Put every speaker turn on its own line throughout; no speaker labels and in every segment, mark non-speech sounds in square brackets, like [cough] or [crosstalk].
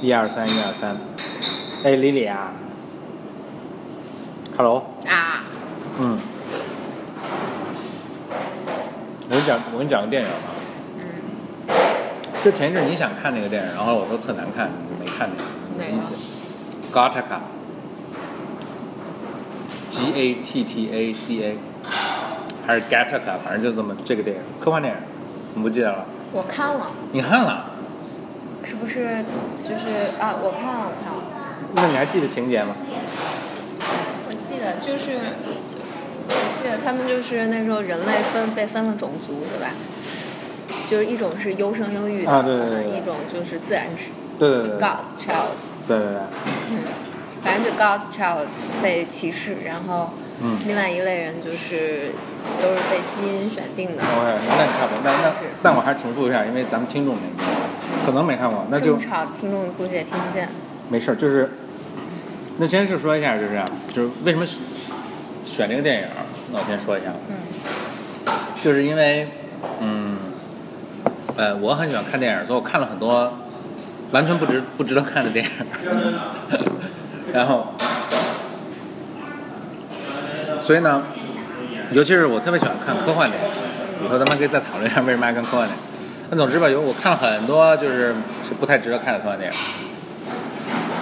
一二三，一二三。哎，李李啊，Hello，
啊，
嗯，我跟你讲，我跟你讲个电影啊，
嗯，
就前一阵你想看那个电影，然后我说特难看，你没看那个，
哪
没
个
意见。Gattaca，G A T T A C A，还是 Gattaca，反正就这么这个电影，科幻电影，你不记得了？
我看了，
你看了？
是不是就是啊？我看了，我看了，
那你还记得情节吗？
我记得就是，我记得他们就是那时候人类分被分了种族，对吧？就是一种是优生优育的，
啊对对对对
一种就是自然之
对对对
God's child，
对对对，
嗯，反正就 God's child 被歧视，然后
嗯
另外一类人就是都是被基因选定的，
OK，那你差不多，那那但我还是重复一下，因为咱们听众没看过，可能没看过，那
这
就
么吵，听众估计也听不见。
没事儿，就是，那先是说一下，就是啊就是为什么选选这个电影儿，那我先说一下，
嗯
就是因为，嗯，呃，我很喜欢看电影儿，所以我看了很多完全不值不值得看的电影儿，然后，所以呢，尤其是我特别喜欢看科幻电影，以后咱们可以再讨论一下为什么爱看科幻电影。那总之吧，有我看了很多就是不太值得看的科幻电影。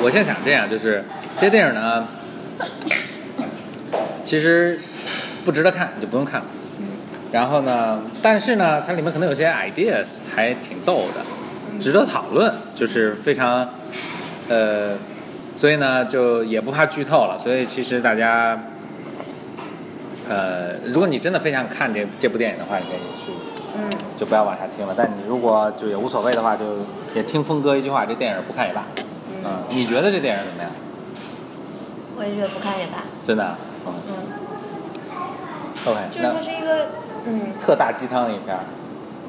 我现在想这样，就是这些电影呢，其实不值得看你就不用看。然后呢，但是呢，它里面可能有些 ideas 还挺逗的，值得讨论，就是非常，呃，所以呢就也不怕剧透了。所以其实大家，呃，如果你真的非常看这这部电影的话，你可以去
嗯，
就不要往下听了。但你如果就也无所谓的话，就也听峰哥一句话，这电影不看也罢。
嗯
嗯，你觉得这电影怎么样？
我也觉得不看也罢。
真的啊？嗯
嗯，
，OK，
就是
那
它是一个，嗯，
特大鸡汤一片儿。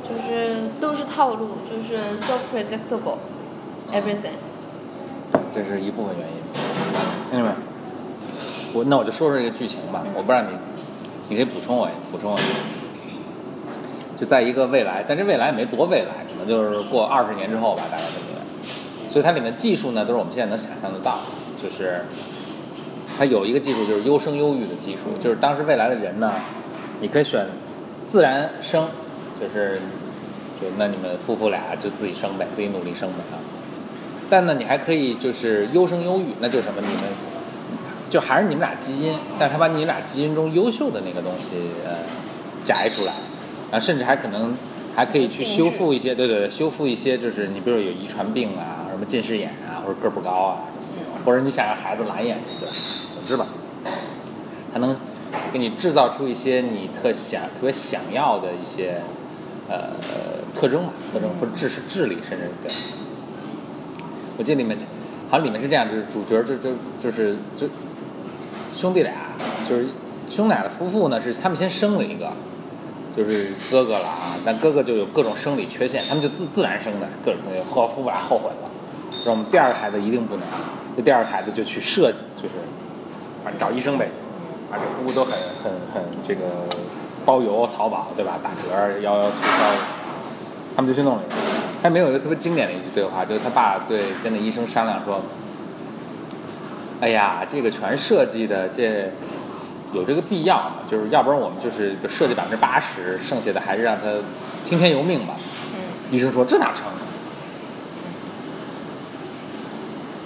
就是都是套路，就是 so predictable everything。
这是一部分原因。兄弟们，我那我就说说这个剧情吧，我不知道你，你可以补充我一补充我一下。就在一个未来，但这未来也没多未来，可能就是过二十年之后吧，大概这么一个。所以它里面技术呢，都是我们现在能想象得到的，就是它有一个技术就是优生优育的技术，就是当时未来的人呢，你可以选自然生，就是就那你们夫妇俩就自己生呗，自己努力生呗啊。但呢，你还可以就是优生优育，那就是什么？你们就还是你们俩基因，但是他把你俩基因中优秀的那个东西呃摘出来，然后甚至还可能还可以去
定制
修复一些，对对对，修复一些就是你比如有遗传病啊，什么近视眼啊，或者个儿不高啊，或者你想让孩子蓝眼睛，对吧，总之吧，它能给你制造出一些你特想特别想要的一些呃特征吧，特征或者智是智力，甚至对。我记得里面好像里面是这样，就是主角就就就是就兄弟俩，就是兄俩的夫妇呢是他们先生了一个。就是哥哥了啊，但哥哥就有各种生理缺陷，他们就自自然生的各种东西，后来夫妇俩后悔了，说我们第二个孩子一定不能，这第二个孩子就去设计，就是反正找医生呗，啊，这服务都很很很这个包邮、淘宝对吧？打折、幺幺促销，他们就去弄了一个。他没有一个特别经典的一句对话，就是他爸对跟那医生商量说：“哎呀，这个全设计的这。”有这个必要吗？就是要不然我们就是设计百分之八十，剩下的还是让他听天由命吧。
嗯
医生说这哪成啊？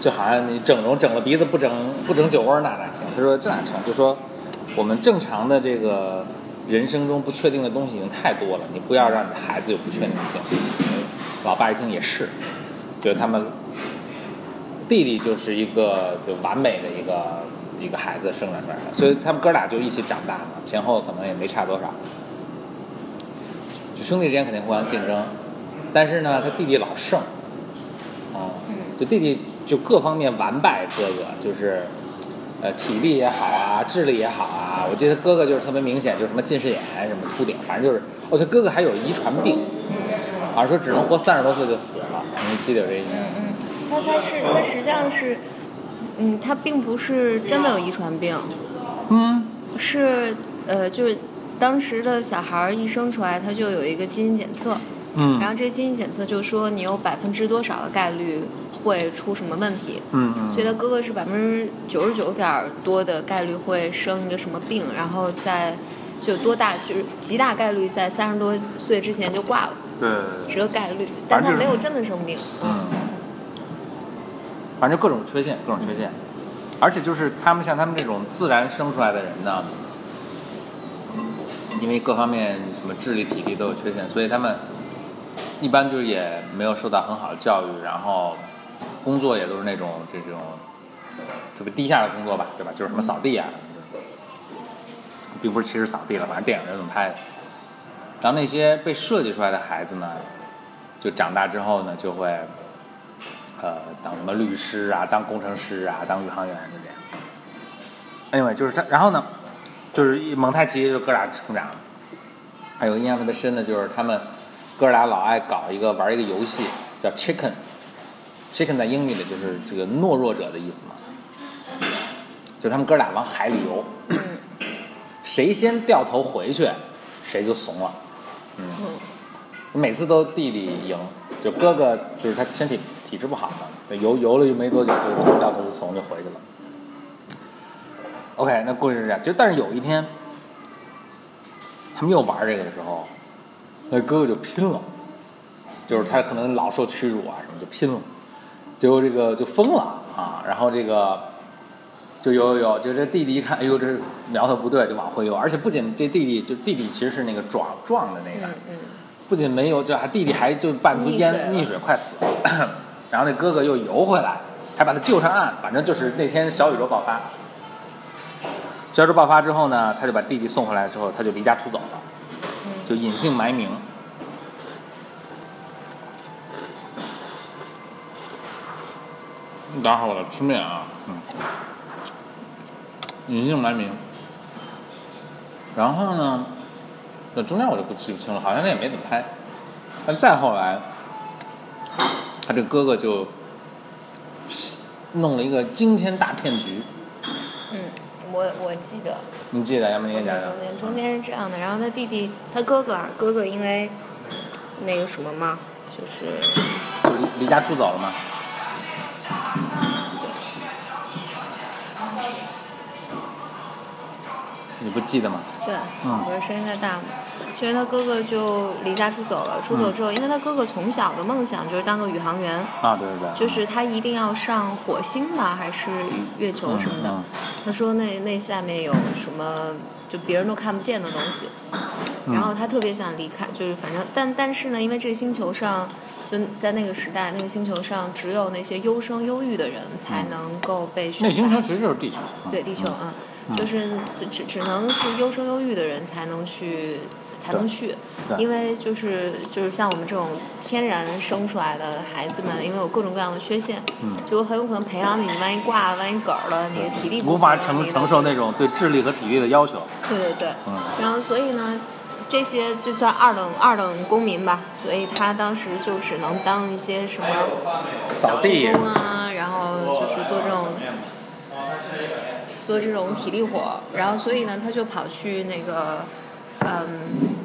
就好像你整容整了鼻子不整不整酒窝儿那哪行？他说这哪成？就说我们正常的这个人生中不确定的东西已经太多了，你不要让你的孩子有不确定性。老爸一听也是，就是他们弟弟就是一个就完美的一个一个孩子生长出来的，所以他们哥俩就一起长大嘛，前后可能也没差多少。就兄弟之间肯定互相竞争，但是呢，他弟弟老胜，啊、
嗯
就弟弟就各方面完败哥哥，就是呃体力也好啊，智力也好啊。我记得哥哥就是特别明显，就是什么近视眼、什么秃顶，反正就是哦，他哥哥还有遗传病，嗯好像说只能活三十多岁就死了。你记得有这一年？
嗯，它它是它实际上是，嗯，它并不是真的有遗传病，
嗯，
是呃就是当时的小孩儿一生出来他就有一个基因检测，然
嗯
后这基因检测就说你有百分之多少的概率会出什么问题，
嗯嗯，
所以他哥哥是百分之九十九点多的概率会生一个什么病，然后在就多大就是极大概率在三十多岁之前就挂了，
对对对，
是个概率，
反
但
正就
他
是
没有真的生病，
嗯，反正各种缺陷，各种缺陷，而且就是他们像他们这种自然生出来的人呢，因为各方面什么智力、体力都有缺陷，所以他们一般就是也没有受到很好的教育，然后工作也都是那种这种呃特别低下的工作吧，对吧？就是什么扫地啊，并不是歧视扫地了，反正电影是这么拍的。然后那些被设计出来的孩子呢，就长大之后呢，就会呃当什么律师啊，当工程师啊，当宇航员就这样。anyway，就是他，然后呢，就是一蒙太奇就哥俩成长。还有印象特别深的就是他们哥俩老爱搞一个玩一个游戏叫 Chicken。Chicken 在英语里就是这个懦弱者的意思嘛，就他们哥俩往海里游，
嗯
[clears throat] 谁先掉头回去，谁就怂了。
嗯
每次都弟弟赢，就哥哥就是他身体体质不好嘛，游游了又没多久就掉头就怂就回去了。OK，那故事是这样，就但是有一天，他们又玩这个的时候，那哥哥就拼了，就是他可能老受屈辱啊什么就拼了，结果这个就疯了啊，然后这个就游游游，就这弟弟一看，哎呦这苗头不对，就往回游，而且不仅这弟弟就弟弟其实是那个撞撞的那个。
嗯嗯，
不仅没游，就还弟弟还就半途淹
溺水了
溺水快死了， [clears throat] 然后那哥哥又游回来，还把他救上岸。反正就是那天小宇宙爆发，小宇宙爆发之后呢，他就把弟弟送回来之后，他就离家出走了，
嗯
就隐姓埋名。等会儿我来吃面啊，嗯，隐姓埋名。然后呢，那中间我就不记不清了，好像那也没怎么拍。但再后来，他这哥哥就弄了一个惊天大骗局，
嗯，我我记得，
你记得杨梅
我
姐讲
在
讲
中？间中间是这样的，然后他弟弟他哥哥啊，哥哥因为那个什么嘛，就是
就离离家出走了嘛。你不记得吗？
对，
嗯
我的声音太大嘛。其实他哥哥就离家出走了，出
嗯
走之后，因为他哥哥从小的梦想就是当个宇航员，
啊，对对对，
就是他一定要上火星吧，还是月球什么的。
嗯
他说那那下面有什么就别人都看不见的东西，
嗯
然后他特别想离开，就是反正但但是呢，因为这个星球上就在那个时代，那个星球上只有那些优生优育的人才能够被选
嗯那星
拔
球其实就是地球。嗯
对地球，啊，就是只只只能是优生优育的人才能去，才能去
对，
因为就是就是像我们这种天然生出来的孩子们，因为有各种各样的缺陷，
嗯
就很有可能培养你，万一挂了，万一梗儿了，你的体力不
无法
行
承
你的
承受那种对智力和体力的要求。
对对对，
嗯
然后所以呢，这些就算二等二等公民吧，所以他当时就只能当一些什么
扫地
工啊，然后就是做这种做这种体力活，然后所以呢，他就跑去那个，嗯，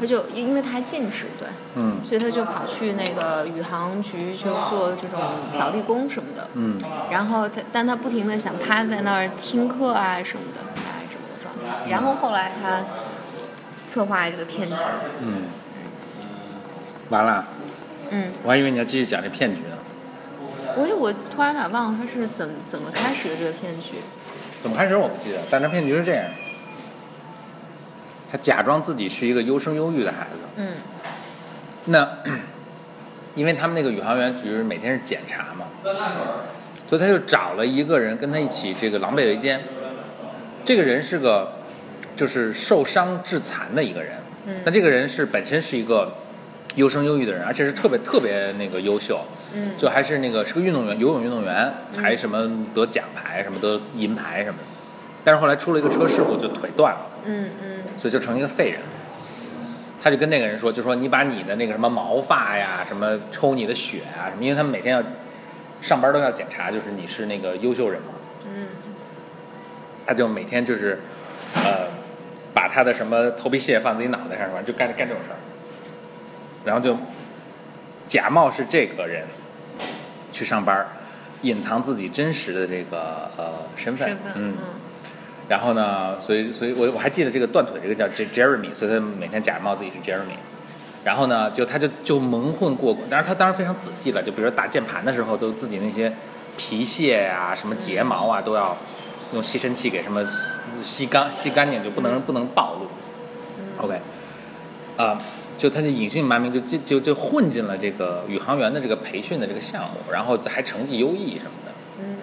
他就因为他还近视，对，
嗯
所以他就跑去那个宇航局就做这种扫地工什么的，
嗯，
然后他，但他不停的想趴在那儿听课啊什么的，大概这么个状态。然后后来他策划这个骗局，
嗯，完了，
嗯，
我还以为你要继续讲这骗局呢。
我我突然有点忘了他是怎么怎么开始的这个骗局。
怎么开始我不记得，但这骗局是这样：他假装自己是一个优生优育的孩子。
嗯
那 [clears throat] 因为他们那个宇航员局每天是检查嘛，所以他就找了一个人跟他一起这个狼狈为奸。这个人是个就是受伤致残的一个人。
嗯
那这个人是本身是一个优生优育的人，而且是特别特别那个优秀。
嗯
就还是那个是个运动员，游泳运动员，还什么得奖牌，什么得银牌什么的。但是后来出了一个车事故，就腿断了，
嗯嗯
所以就成一个废人。他就跟那个人说，就说你把你的那个什么毛发呀，什么抽你的血啊，什么，因为他们每天要上班都要检查，就是你是那个优秀人嘛。
嗯
他就每天就是，呃，把他的什么头皮屑放自己脑袋上，反正就干干这种事儿。然后就假冒是这个人去上班儿，隐藏自己真实的这个呃身份，
身份，
嗯
嗯，
然后呢，所以所以我我还记得这个断腿这个叫 J Jeremy，所以他每天假冒自己是 Jeremy。然后呢，就他就就蒙混过关，但是他当时非常仔细了，就比如说打键盘的时候，都自己那些皮屑啊、什么睫毛啊，都要用吸尘器给什么吸吸干吸干净，就不能不能暴露。OK，啊、就他就隐姓埋名就进就就混进了这个宇航员的这个培训的这个项目，然后还成绩优异什么的。
嗯，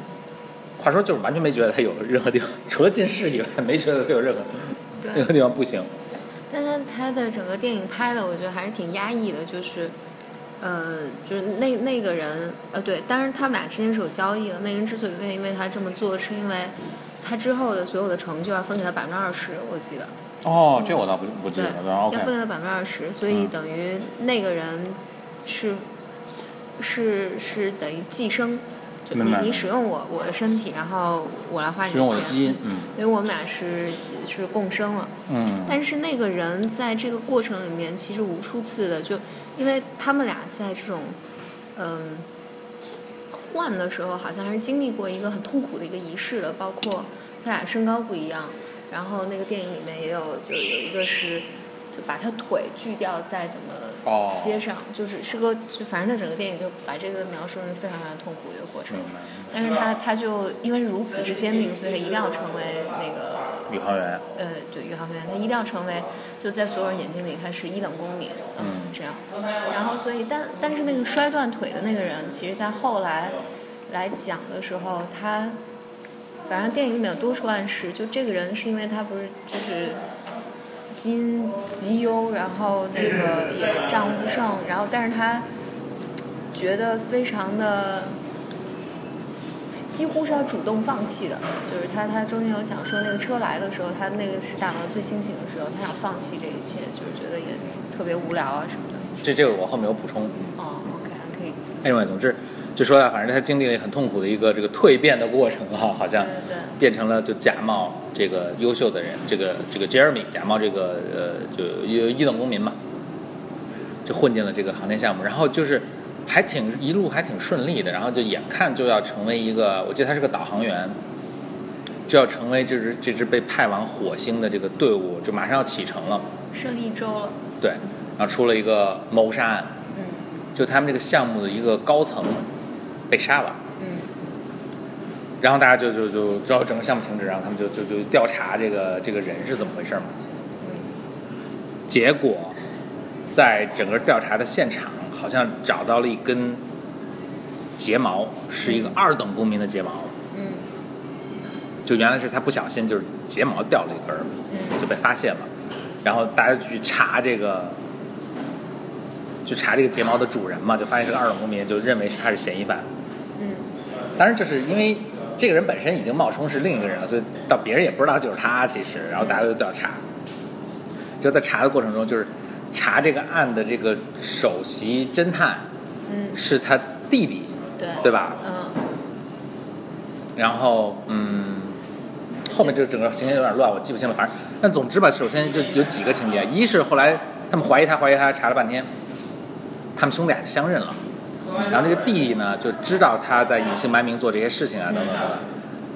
话说就是完全没觉得他有任何地方，除了近视以外，没觉得他有任何任
对。
何地方不行。
但是他的整个电影拍的，我觉得还是挺压抑的，就是，呃，就是那那个人，呃，对，当然他们俩之间是有交易的。那个人之所以愿意为他这么做，是因为他之后的所有的成就要分给他百分之二十，我记得，
哦，这我倒不不
对，要分给他百分之二十，所
嗯
以等于那个人是、是是等于寄生，就
明
你
白
你使用我我的身体，然后我来花你
使用我的
钱
基因，嗯
所以我们俩是是共生了。
嗯，
但是那个人在这个过程里面，其实无数次的就，因为他们俩在这种，嗯，换的时候，好像还是经历过一个很痛苦的一个仪式的，包括他俩身高不一样，然后那个电影里面也有，就有一个是，就把他腿锯掉，再怎么
哦，
接上，就是是个，就反正他整个电影就把这个描述是非常非常痛苦的一个过程
明。白
但是他他就因为如此之坚定，所以他一定要成为那个
宇航员，
呃，对，宇航员，他一定要成为就在所有人眼睛里他是一等公民，
嗯
这样。然后，所以但但是那个摔断腿的那个人，其实在后来来讲的时候，他反正电影里面有多处暗示，就这个人是因为他不是就是基因极优，然后那个也战无不胜，然后但是他觉得非常的。几乎是他主动放弃的，就是他他中间有讲说那个车来的时候，他那个是大脑最清醒的时候，他想放弃这一切，就是觉得也特别无聊啊什么的。
这这个我后面有补充。
哦，OK，可以，
anyway，总之就说到，反正他经历了很痛苦的一个这个蜕变的过程啊，好
对
像
对对，
变成了就假冒这个优秀的人，这个这个 Jeremy 假冒这个呃就一一等公民嘛，就混进了这个航天项目，然后就是还挺一路还挺顺利的，然后就眼看就要成为一个，我记得他是个导航员，就要成为这支这支被派往火星的这个队伍，就马上要启程了，
剩一周了，
对，然后出了一个谋杀案，
嗯
就他们这个项目的一个高层被杀了。
嗯
然后大家就就就知道整个项目停止，然后他们就就就调查这个这个人是怎么回事嘛。
嗯，
结果在整个调查的现场，好像找到了一根睫毛，是一个二等公民的睫毛，
嗯
就原来是他不小心就是睫毛掉了一根儿，
嗯
就被发现了。然后大家就去查这个，就查这个睫毛的主人嘛，就发现是个二等公民，就认为他是嫌疑犯。
嗯，
当然，就是因为这个人本身已经冒充是另一个人了，所以到别人也不知道就是他。其实，然后大家就调查，就在查的过程中，就是查这个案的这个首席侦探
嗯，
是他弟弟，
对，
对吧？
嗯
然后，嗯，后面这整个情节有点乱，我记不清了。反正，但总之吧，首先就有几个情节，一是后来他们怀疑他，怀疑他，查了半天，他们兄弟俩就相认了。然后这个弟弟呢，就知道他在隐姓埋名做这些事情啊，等等等等。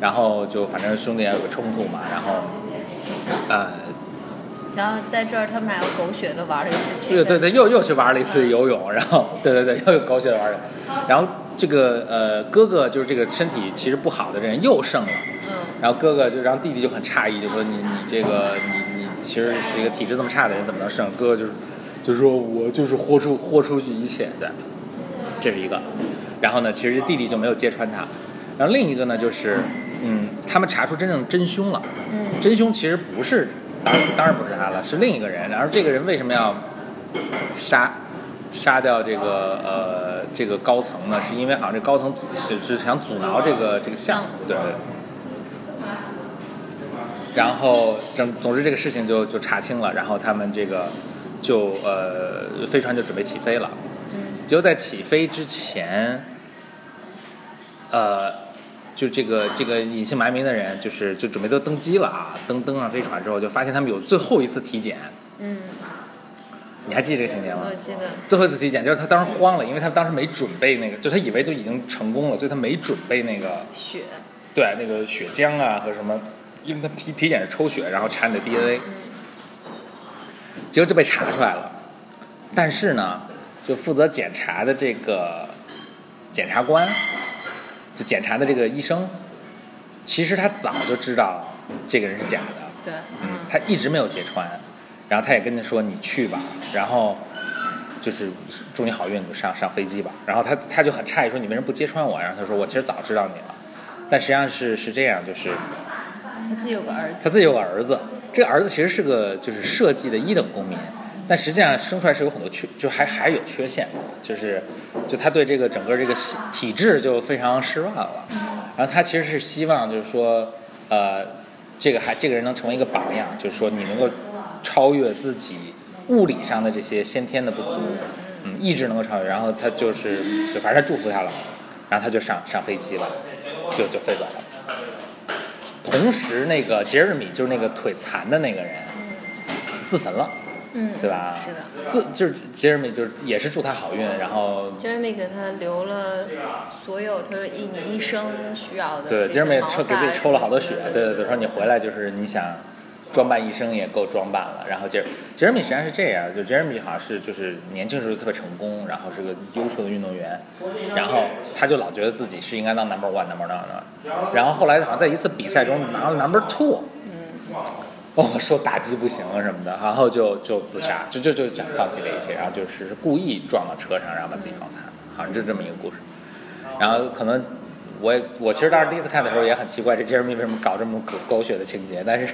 然后就反正兄弟俩有个冲突嘛，然后，呃，
然后在这儿他们俩又狗血的玩了一次这
对
个，
对对，又又去玩了一次游泳，然后对对对，又有狗血的玩了。然后这个呃哥哥就是这个身体其实不好的人又胜了。
嗯
然后哥哥就让弟弟就很诧异，就说你你这个你你其实是一个体质这么差的人，怎么能胜？哥哥就是就说我就是豁出豁出去一切的，这是一个。然后呢，其实弟弟就没有揭穿他。然后另一个呢，就是嗯，他们查出真正真凶了，
嗯
真凶其实不是，当然当然不是他了，是另一个人。然后这个人为什么要杀杀掉这个呃这个高层呢？是因为好像这高层阻是是想阻挠这个这个啊项目，对对。然后整总之这个事情就就查清了，然后他们这个就呃飞船就准备起飞了。
嗯
结果在起飞之前，呃，就这个这个隐姓埋名的人，就是就准备都登机了啊，登登上飞船之后，就发现他们有最后一次体检，
嗯
你还记得这个情节吗
我？记得，
最后一次体检就是他当时慌了，因为他当时没准备那个，就他以为就已经成功了，所以他没准备那个
血，
对那个血浆啊和什么，因为他体体检是抽血，然后查你的 DNA，结果就被查出来了。但是呢，就负责检查的这个检察官，就检查的这个医生，其实他早就知道这个人是假的，
对，
嗯，他一直没有揭穿，然后他也跟他说你去吧，然后就是祝你好运，你就上上飞机吧。然后他他就很诧异说你为什么不揭穿我？然后他说我其实早知道你了，但实际上是是这样，就是
他自己有个儿子，
他自己有个儿子，这个儿子其实是个就是设计的一等公民，但实际上生出来是有很多缺，就还还有缺陷，就是就他对这个整个这个系体制就非常失望了。然后他其实是希望就是说，呃，这个还这个人能成为一个榜样，就是说你能够超越自己物理上的这些先天的不足，嗯，意志能够超越。然后他就是就反正他祝福他了，然后他就上上飞机了，就就飞走了。同时，那个杰瑞米就是那个腿残的那个人，自焚了，
嗯，
对吧？
是的。
自就是杰瑞米就是也是祝他好运，然后
Jeremy 给他留了所有，他说一你一生需要的
对
这
杰
些
瑞
毛
米
发
抽给自己抽了好多血，
对
对对，说你回来就是你想装扮一生也够装扮了。然后杰杰瑞米实际上是这样，就杰瑞米好像是就是年轻时候特别成功，然后是个优秀的运动员，然后他就老觉得自己是应该当 number one number one，然后后来好像在一次比赛中拿了 number two。哦，
嗯
受打击不行了什么的，然后就就自杀，就就就想放弃这一切，然后就是是故意撞到车上，然后把自己撞残，好像就这么一个故事。然后可能我也我其实当时第一次看的时候也很奇怪，这杰 e 米为什么搞这么狗狗血的情节？但是，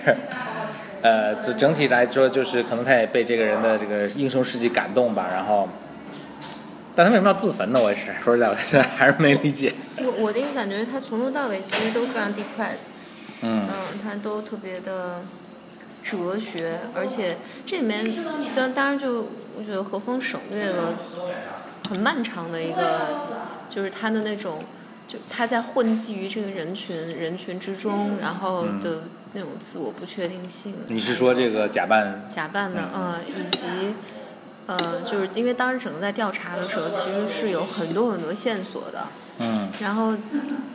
[laughs] 呃，整整体来说就是可能他也被这个人的这个英雄事迹感动吧。然后，但他为什么要自焚呢？我也是说实在，我现在还是没理解。
我我的一个感觉是他从头到尾其实都非常 depressed，
嗯
嗯，他都特别的哲学，而且这里面就当然就我觉得何峰省略了很漫长的一个，就是他的那种，就他在混迹于这个人群人群之中，然后的那种自我不确定性。
嗯你是说这个假扮？
假扮的，嗯、以及，呃，就是因为当时整个在调查的时候，其实是有很多很多线索的。
嗯
然后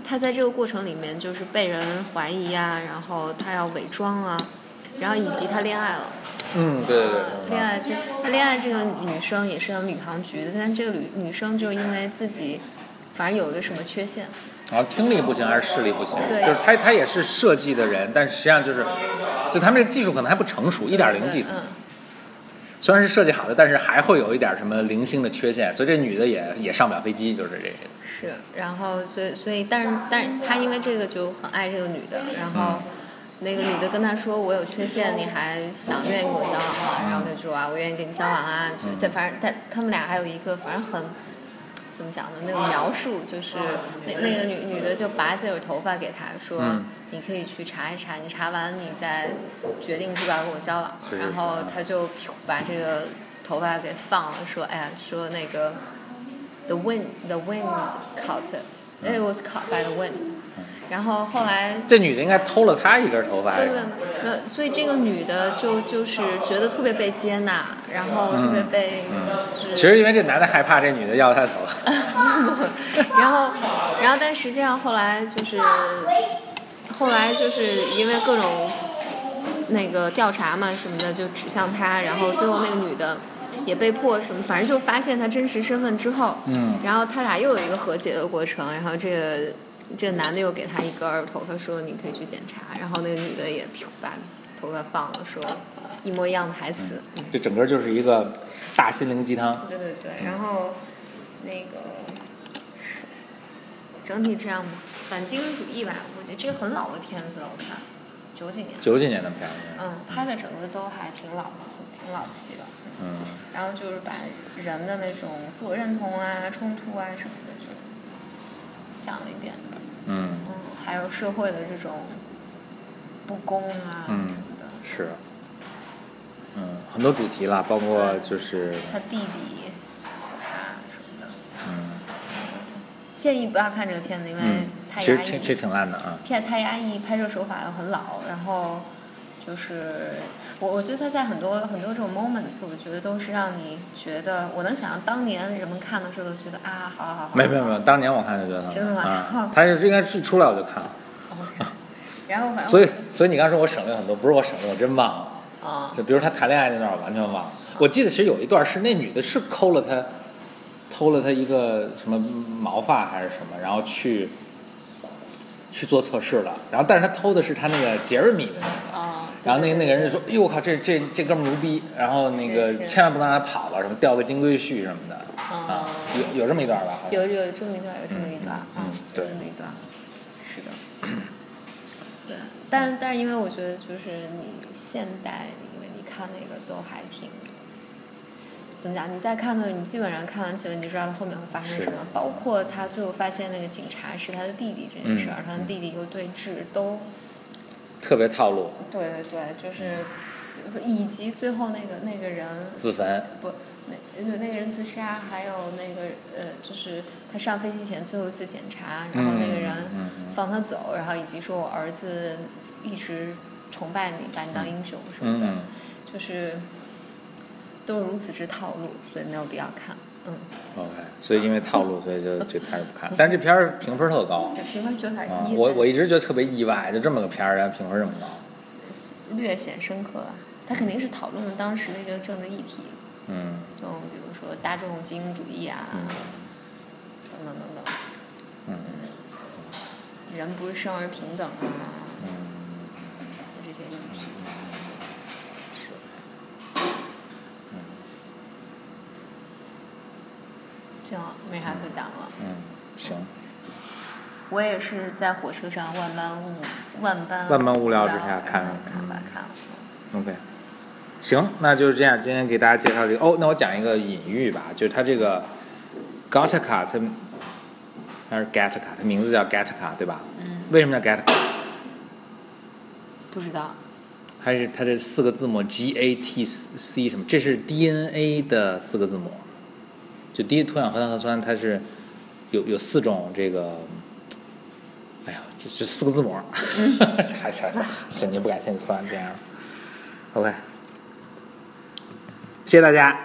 他在这个过程里面就是被人怀疑啊，然后他要伪装啊，然后以及他恋爱了，
嗯，对对对，
恋爱就他恋爱这个女生也是他们宇航局的，但是这个女女生就因为自己反正有一个什么缺陷，
然后哦听力不行还是视力不行，
对
就是他他也是设计的人，但实际上就是，就他们这个技术可能还不成熟，一
一
点零技术。
嗯，
虽然是设计好的，但是还会有一点什么零星的缺陷，所以这女的也也上不了飞机，就是这个。
是，然后所以所以，但是但是他因为这个就很爱这个女的，然
嗯
后那个女的跟他说我有缺陷，你还想愿意跟我交往吗？然后他说啊，我愿意跟你交往啊，就
嗯
这反正但他们俩还有一个反正很。怎么讲呢？那个描述就是那那个女女的就拔自己的头发给他说，
嗯
你可以去查一查，你查完你再决定是不是要跟我交往。
是是是
然后他就把这个头发给放了，说哎呀，说那个 the wind the wind caught it it was caught by the wind。然后后来
这女的应该偷了他一根头发还
对
是
对
什么，
那呃所以这个女的就就是觉得特别被接纳，然后特别被、是
其实因为这男的害怕这女的要他的头发。
[laughs] 然后，然后，但实际上后来就是，后来就是因为各种那个调查嘛什么的，就指向他，然后最后那个女的也被迫什么，反正就发现他真实身份之后，
嗯，
然后他俩又有一个和解的过程，然后这个这个男的又给他一根儿头发，说你可以去检查，然后那个女的也噗把头发放了，说一模一样的台词，嗯，
这整个就是一个大心灵鸡汤。
对对对，然后那个整体这样吧，反精英主义吧，我觉得这个很老的片子，我看九几年，
九几年的片子，
嗯，拍的整个都还挺老的，挺老气的。
嗯，
然后就是把人的那种自我认同啊、冲突啊什么的就讲了一遍，
嗯
嗯，还有社会的这种不公啊什
嗯
么的，
是，嗯，很多主题啦，包括就是
他弟弟啊什么的。
嗯，
建议不要看这个片子，因为
嗯，
哎太
其实
压
挺
抑。
其实挺烂的啊。
太太压抑，拍摄手法又很老，然后就是我我觉得他在很多很多种 moments，我觉得都是让你觉得，我能想象当年人们看的时候都觉得啊，好好好，
没没有没有，当年我看就觉得很
真的吗
啊，他是应该是出来我就看了，
好。然后反正
所以所以你刚说我省略很多，不是我省略，我真忘了。
啊，
就比如他谈恋爱那段，我完全忘了。我记得其实有一段是那女的是抠了他，偷了他一个什么毛发还是什么，然后去去做测试了。然后但是他偷的是他那个杰瑞米的那个。
啊，对
然后那个
对
那
对
个人就说：“哎呦我靠，这这这哥们儿牛逼！”然后那
是
个
是
千万不能让他跑了，啊什么掉个金龟婿什么的啊
哦，
有有这么一段吧？好像
有有这么一段，有这么一段啊，
嗯对
有这么一段，是
[clears throat]
的，对，但但是因为我觉得就是你现代，因为你看那个都还挺。怎么讲？你在看的时候，你基本上看完前文，你知道它后面会发生
是
什么，包括他最后发现那个警察是他的弟弟这件
嗯
事儿，他的弟弟又对峙，都
特别套路，
对对对，就是，以及最后那个那个人
自焚。
不，那那那个人自杀，还有那个呃，就是他上飞机前最后一次检查，然后那个人
嗯嗯嗯
放他走，然后以及说我儿子一直崇拜你，把你当英雄什么的，
嗯，
就是都是如此之套路，所以没有必要看。嗯，
OK，所以因为套路，所以就就开始不看。但是这片儿评分特高，
这评分九点
啊，
一，
我我一直觉得特别意外，就这么个片儿，然后评分这么高。
略显深刻吧。他肯定是讨论了当时的一个政治议题，
嗯，
就比如说大众精英主义啊，
嗯
等等等等。
嗯
人不是生而平等啊，
嗯，
这些议题。嗯行，没啥可讲了。
嗯，行，
我也是在火车上万般无万般
万般无聊之下看
看
了
看吧看了。
OK，行，那就是这样。今天给大家介绍这个哦，那我讲一个隐喻吧，就是它这个 Gattaca，它还是 Gattaca，它名字叫 Gattaca 对吧？
嗯，
为什么叫 Gattaca？
不知道。
它是它这四个字母 G A T C 什么？这是 DNA 的四个字母，就第一脱氧核糖核酸，它是有有四种这个。哎呀，这这四个字母儿， [laughs] 还还还，行，你不感兴趣算了，这样，OK，谢谢大家。